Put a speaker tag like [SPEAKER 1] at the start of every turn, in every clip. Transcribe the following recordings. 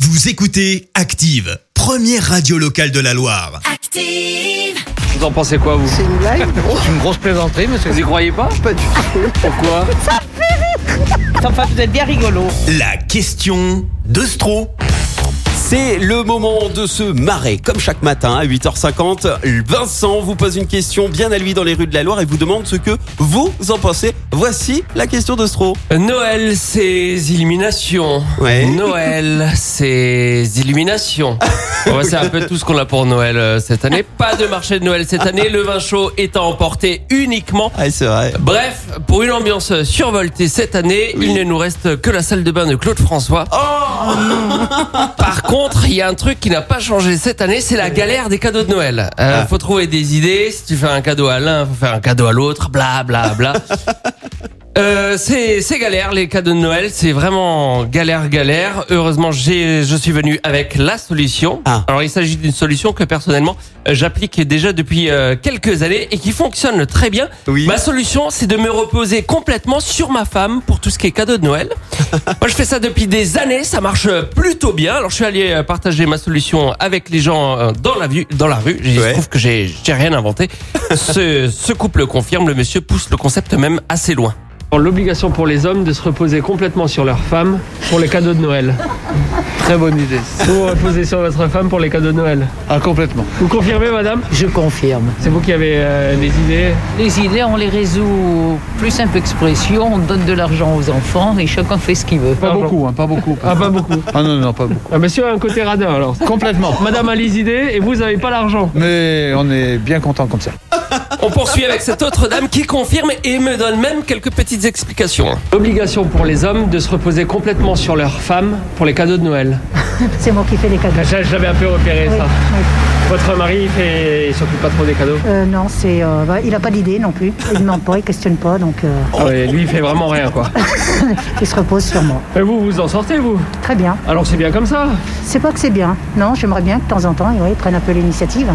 [SPEAKER 1] Vous écoutez Active, première radio locale de la Loire.
[SPEAKER 2] Active.
[SPEAKER 3] Vous en pensez quoi, vous
[SPEAKER 4] C'est une blague
[SPEAKER 3] C'est une grosse plaisanterie, monsieur. Vous y croyez pas
[SPEAKER 4] Pas du tout.
[SPEAKER 3] Pourquoi
[SPEAKER 4] Enfin, vous êtes bien rigolo.
[SPEAKER 1] La question de Stro.
[SPEAKER 5] C'est le moment de se marrer. Comme chaque matin à 8h50, Vincent vous pose une question bien à lui dans les rues de la Loire et vous demande ce que vous en pensez. Voici la question de Stro.
[SPEAKER 6] Euh, Noël, ses illuminations.
[SPEAKER 5] Ouais.
[SPEAKER 6] Noël, ses illuminations. Bon, bah, c'est un peu tout ce qu'on a pour Noël euh, cette année. Pas de marché de Noël cette année. Le vin chaud est à emporter uniquement.
[SPEAKER 5] Ah, c'est vrai.
[SPEAKER 6] Bref, pour une ambiance survoltée cette année, il ne nous reste que la salle de bain de Claude François. Par contre, il y a un truc qui n'a pas changé cette année, c'est la galère des cadeaux de Noël. Euh, Faut trouver des idées. Si tu fais un cadeau à l'un, faut faire un cadeau à l'autre. Bla bla bla. Euh, c'est c'est galère les cadeaux de Noël, c'est vraiment galère galère. Heureusement, j'ai je suis venu avec la solution.
[SPEAKER 5] Ah.
[SPEAKER 6] Alors il s'agit d'une solution que personnellement euh, j'applique déjà depuis euh, quelques années et qui fonctionne très bien.
[SPEAKER 5] Oui.
[SPEAKER 6] Ma solution, c'est de me reposer complètement sur ma femme pour tout ce qui est cadeau de Noël. Moi, je fais ça depuis des années, ça marche euh, plutôt bien. Alors je suis allé euh, partager ma solution avec les gens euh, dans la vue, dans la rue. Il
[SPEAKER 5] Ouais.
[SPEAKER 6] se trouve que j'ai j'ai rien inventé. ce, ce couple confirme, le monsieur pousse le concept même assez loin.
[SPEAKER 7] L'obligation pour les hommes de se reposer complètement sur leur femme pour les cadeaux de Noël. Très bonne idée. Vous vous reposez sur votre femme pour les cadeaux de Noël
[SPEAKER 3] Ah, complètement.
[SPEAKER 7] Vous confirmez, madame
[SPEAKER 4] Je confirme.
[SPEAKER 7] C'est vous qui avez euh, des idées
[SPEAKER 4] Les idées, on les résout. Plus simple expression, on donne de l'argent aux enfants et chacun fait ce qu'il veut.
[SPEAKER 3] Pas beaucoup, hein, pas beaucoup.
[SPEAKER 7] Ah, pas beaucoup.
[SPEAKER 3] Ah non, non, pas beaucoup.
[SPEAKER 7] Ah, monsieur a un côté radin alors.
[SPEAKER 3] Complètement.
[SPEAKER 7] Madame a les idées et vous n'avez pas l'argent.
[SPEAKER 3] Mais on est bien content comme ça.
[SPEAKER 6] On poursuit avec cette autre dame qui confirme et me donne même quelques petites explications.
[SPEAKER 7] L'obligation pour les hommes de se reposer complètement sur leur femme pour les cadeaux de Noël.
[SPEAKER 8] C'est moi qui fais les cadeaux.
[SPEAKER 7] Je je l'avais un peu repéré ça.
[SPEAKER 8] oui.
[SPEAKER 7] Votre mari, il fait- il s'occupe pas trop des cadeaux
[SPEAKER 8] Euh, non, c'est, euh, bah, il n'a pas d'idée non plus. Il ne demande pas, il questionne pas, donc euh,
[SPEAKER 7] Ah ouais, Lui, il fait vraiment rien quoi.
[SPEAKER 8] il se repose sur moi.
[SPEAKER 7] Et vous, vous en sortez vous
[SPEAKER 8] Très bien.
[SPEAKER 7] Alors c'est bien comme ça.
[SPEAKER 8] C'est pas que c'est bien. Non, j'aimerais bien que de temps en temps, ouais, ils prennent un peu l'initiative.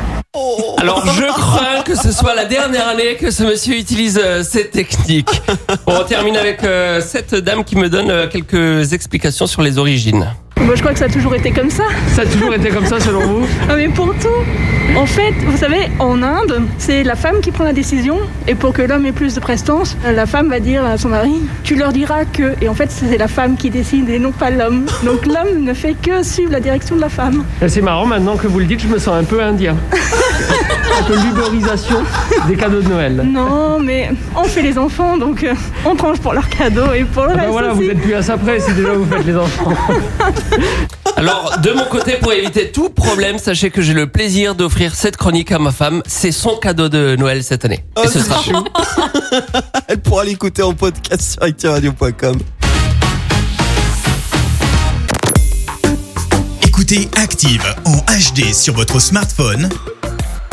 [SPEAKER 6] Alors je crains que ce soit la dernière année que ce monsieur utilise euh, ces techniques. Bon, on termine avec euh, cette dame qui me donne euh, quelques explications sur les origines.
[SPEAKER 9] Moi, je crois que ça a toujours été comme ça.
[SPEAKER 7] Ça a toujours été comme ça selon vous
[SPEAKER 9] Non, mais pour tout. En fait, vous savez, en Inde, c'est la femme qui prend la décision. Et pour que l'homme ait plus de prestance, la femme va dire à son mari Tu leur diras que. Et en fait, c'est la femme qui décide et non pas l'homme. Donc l'homme ne fait que suivre la direction de la femme.
[SPEAKER 7] Et Eh, C'est marrant, maintenant que vous le dites, je me sens un peu indien. un peu l'uberisation des cadeaux de Noël.
[SPEAKER 9] Non, mais on fait les enfants, donc euh, on tranche pour leurs cadeaux et pour le
[SPEAKER 7] Ben
[SPEAKER 9] reste
[SPEAKER 7] voilà, vous
[SPEAKER 9] aussi.
[SPEAKER 7] êtes plus à ça près si déjà vous faites les enfants.
[SPEAKER 6] Alors de mon côté, pour éviter tout problème, sachez que j'ai le plaisir d'offrir cette chronique à ma femme. C'est son cadeau de Noël cette année.
[SPEAKER 5] Oh,
[SPEAKER 6] Et ce
[SPEAKER 5] c'est
[SPEAKER 6] sera
[SPEAKER 5] chou. Elle pourra l'écouter en podcast sur activeradio.com.
[SPEAKER 1] Écoutez Active en HD sur votre smartphone,